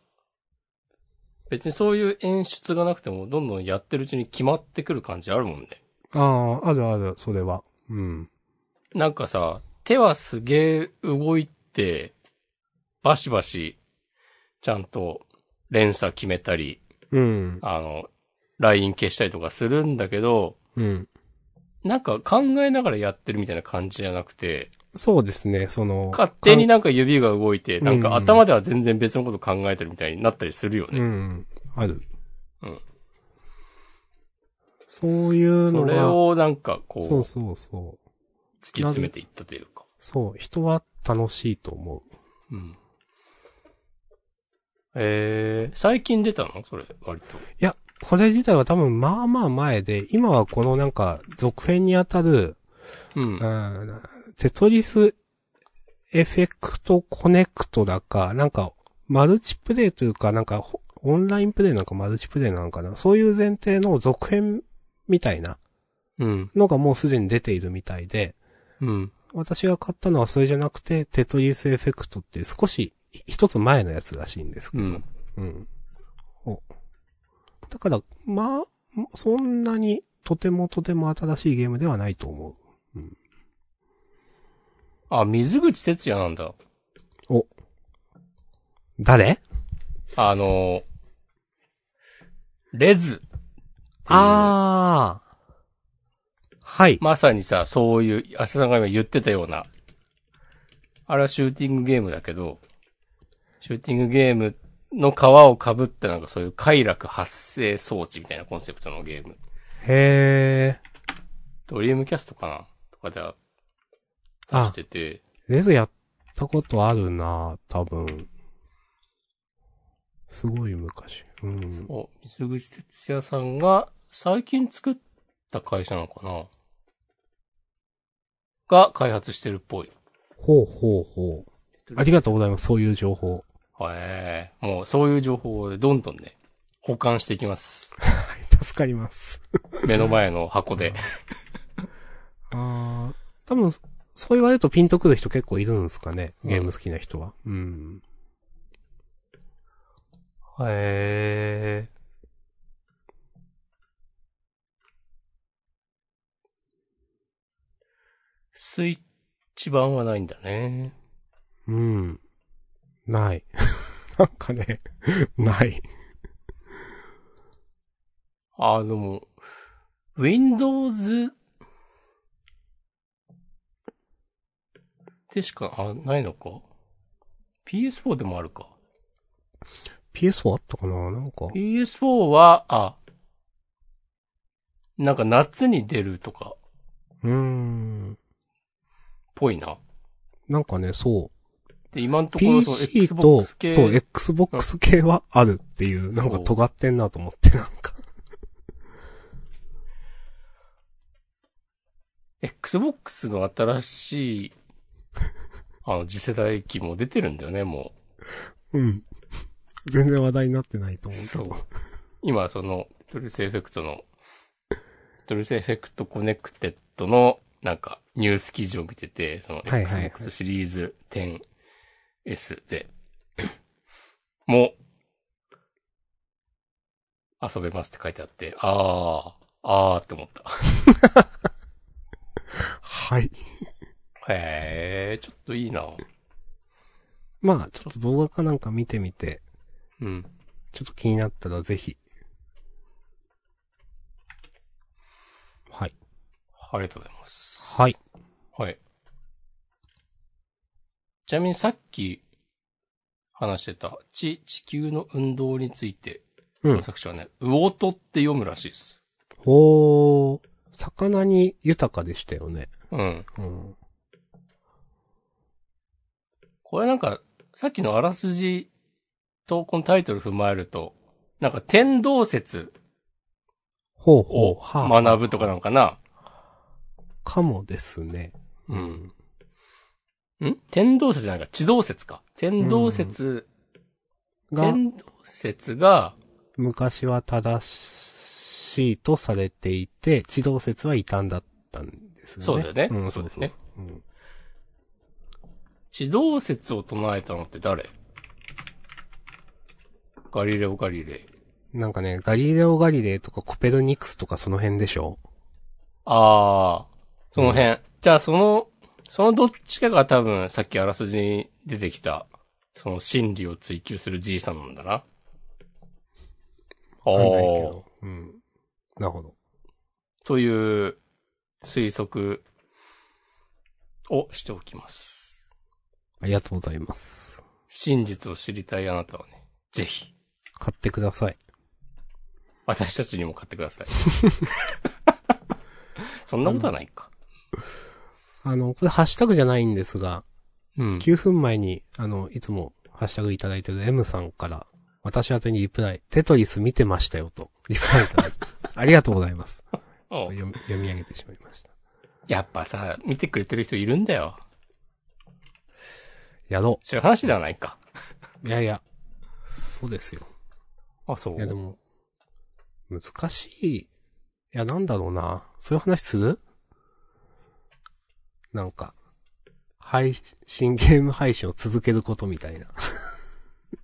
別にそういう演出がなくても、どんどんやってるうちに決まってくる感じあるもんね。
ああ、あるある、それは。うん。
なんかさ、手はすげえ動いて、バシバシ、ちゃんと連鎖決めたり、
うん。
あの、ライン消したりとかするんだけど、
うん。
なんか考えながらやってるみたいな感じじゃなくて、
そうですね、その。
勝手になんか指が動いて、なん
うん
か頭では全然別のこと考えてるみたいになったりするよ
う
ね。
ん。ある。
うん。
そういう
そ
の
れ
が、
をなんかこう、
そう
突
そうそう。
き詰めていったというか。
そう、人は楽しいと思う。
うん。えー、最近出たのそれ、割と。
いや、これ自体は多分まあまあ前で、今はこのなんか続編にあたる、
うん。
うんテトリスエフェクトコネクトだか、なんか、マルチプレイというか、なんかほ、オンラインプレイなんかマルチプレイなのかな。そういう前提の続編みたいな
うん。
のがもうすでに出ているみたいで、
うん。
私が買ったのはそれじゃなくて、テトリスエフェクトっていう少し、ひ一つ前のやつらしいんですけ
う
ど。
ん。
うん。おだから、まあ、そんなにとてもとても新しいゲームではないと思う。
あ、水口哲也なんだ。
誰
あの、レズ。
ああ。はい。
まさにさ、そういう、明日さんが今言ってたような。あれはシューティングゲームだけど、シューティングゲームの皮をかぶってなんかそういう快楽発生装置みたいなコンセプトのゲーム。
へえ。
ドリームキャストかなとかでは出
あ
し、てて。
レズやったことあるな、多分。すごい昔。うん。
お、水口哲也さんが最近作った会社なのかなが開発してるっぽい。
ほうほうほう。ありがとうございます、そういう情報。
へえ、もうそういう情報をどんどんね、保管していきます。
助かります。
目の前の箱で。
ああ。多分、そう言われるとピンとくる人結構いるんですかね。ゲーム好きな人は。うん。
へえ。スイッチ版はないんだね。
うん。ない。 なんかね、 ない。
あ、でも、Windows でしか、あ、ないのか ?PS4 でもあるか。
PS4 あったかななんか。
PS4 は、あ、なんか夏に出るとか、
うーん。
ぽいな。
なんかね、そう。
で、今のところその
PC と、
Xbox 系。
そう、Xbox 系はあるっていう、なんか尖ってんなと思って、なんか。
Xbox の新しい、あの、次世代機も出てるんだよね、も
うん。全然話題になってないと
う。
思うけ
そう
ど。。
今、その、トリスエフェクトの、トリスエフェクトコネクテッドの、なんか、ニュース記事を見てて、その、
はいはいはい
Xbox シリーズ 10S で、 も、遊べますって書いてあって、あー、あーって思った。
はい。
へー、ちょっといいな。
まあ、ちょっと動画かなんか見てみて、
うん。
ちょっと気になったらぜひ。はい。
ありがとうございます。
はい。
はい。ちなみにさっき話してた地、地球の運動について、
うん
作者はね、ウオトって読むらしいです。
おー、魚に豊かでしたよね。
うん。
うん。
これなんか、さっきのあらすじとこのタイトル踏まえると、なんか天動説
ほうほう。
を学ぶとかなのかな
かもですね。
うん。ん天動説じゃないか、地動説か。天動説、
が、
天動説が、
昔は正しいとされていて、地動説は異端だったんですよね。
そうだよね
うん、
そ
そうで
うで
すす
ね
ね。うん
地動説を唱えたのって誰ガリレオ・ガリレイ。
なんかね、ガリレオ・ガリレイとかコペルニクスとかその辺でしょ
あー、その辺。じゃあその、そのどっちかが多分さっきあらすじに出てきた、その真理を追求するじいさんなんだな。あ
わかんないけ
ー
ど。うん。なるほど。
という推測をしておきます。
ありがとうございます。
真実を知りたいあなたはね、ぜひ
買ってください。
私たちにも買ってくだ さい。そんなことはないか。
あの、これハッシュタグじゃないんですが、
うん。
9分前に、あの、いつもハッシュタグいただいてる M さんから、私宛てにリプライ、テトリス見てましたよと、リプライいただい て、 ありがとうございます。ちょっと読み読み上げてしまいました。
やっぱさ、見てくれてる人いるんだよ。
やろ
そういう話ではないか。
う。いやいや。そうですよ。
あ、そう
いやでも、難しい。いやなんだろうな。そういう話するなんか、配信、ゲーム配信を続けることみたいな。い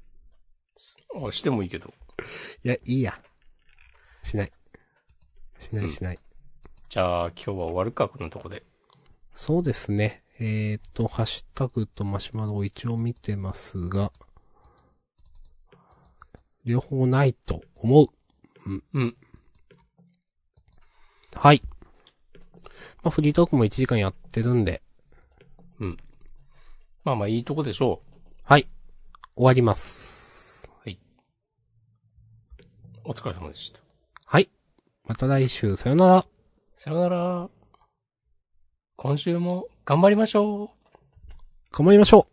あしてもいいけど。
や、いいや。しない。しな
うん
いしない。
じゃあ、今日は終わるか、このとこで。
そうですね。えっ、と、ハッシュタグとマシュマロを一応見てますが、両方ないと思う。
うん。
はい。まあ、フリートークも1時間やってるんで、
うん。まあまあ、いいとこでしょ
はい。終わります。
う。お疲れ様でした。
はい。また来週、さよなら。
さよなら。今週も頑張りましょう。
頑張りましょう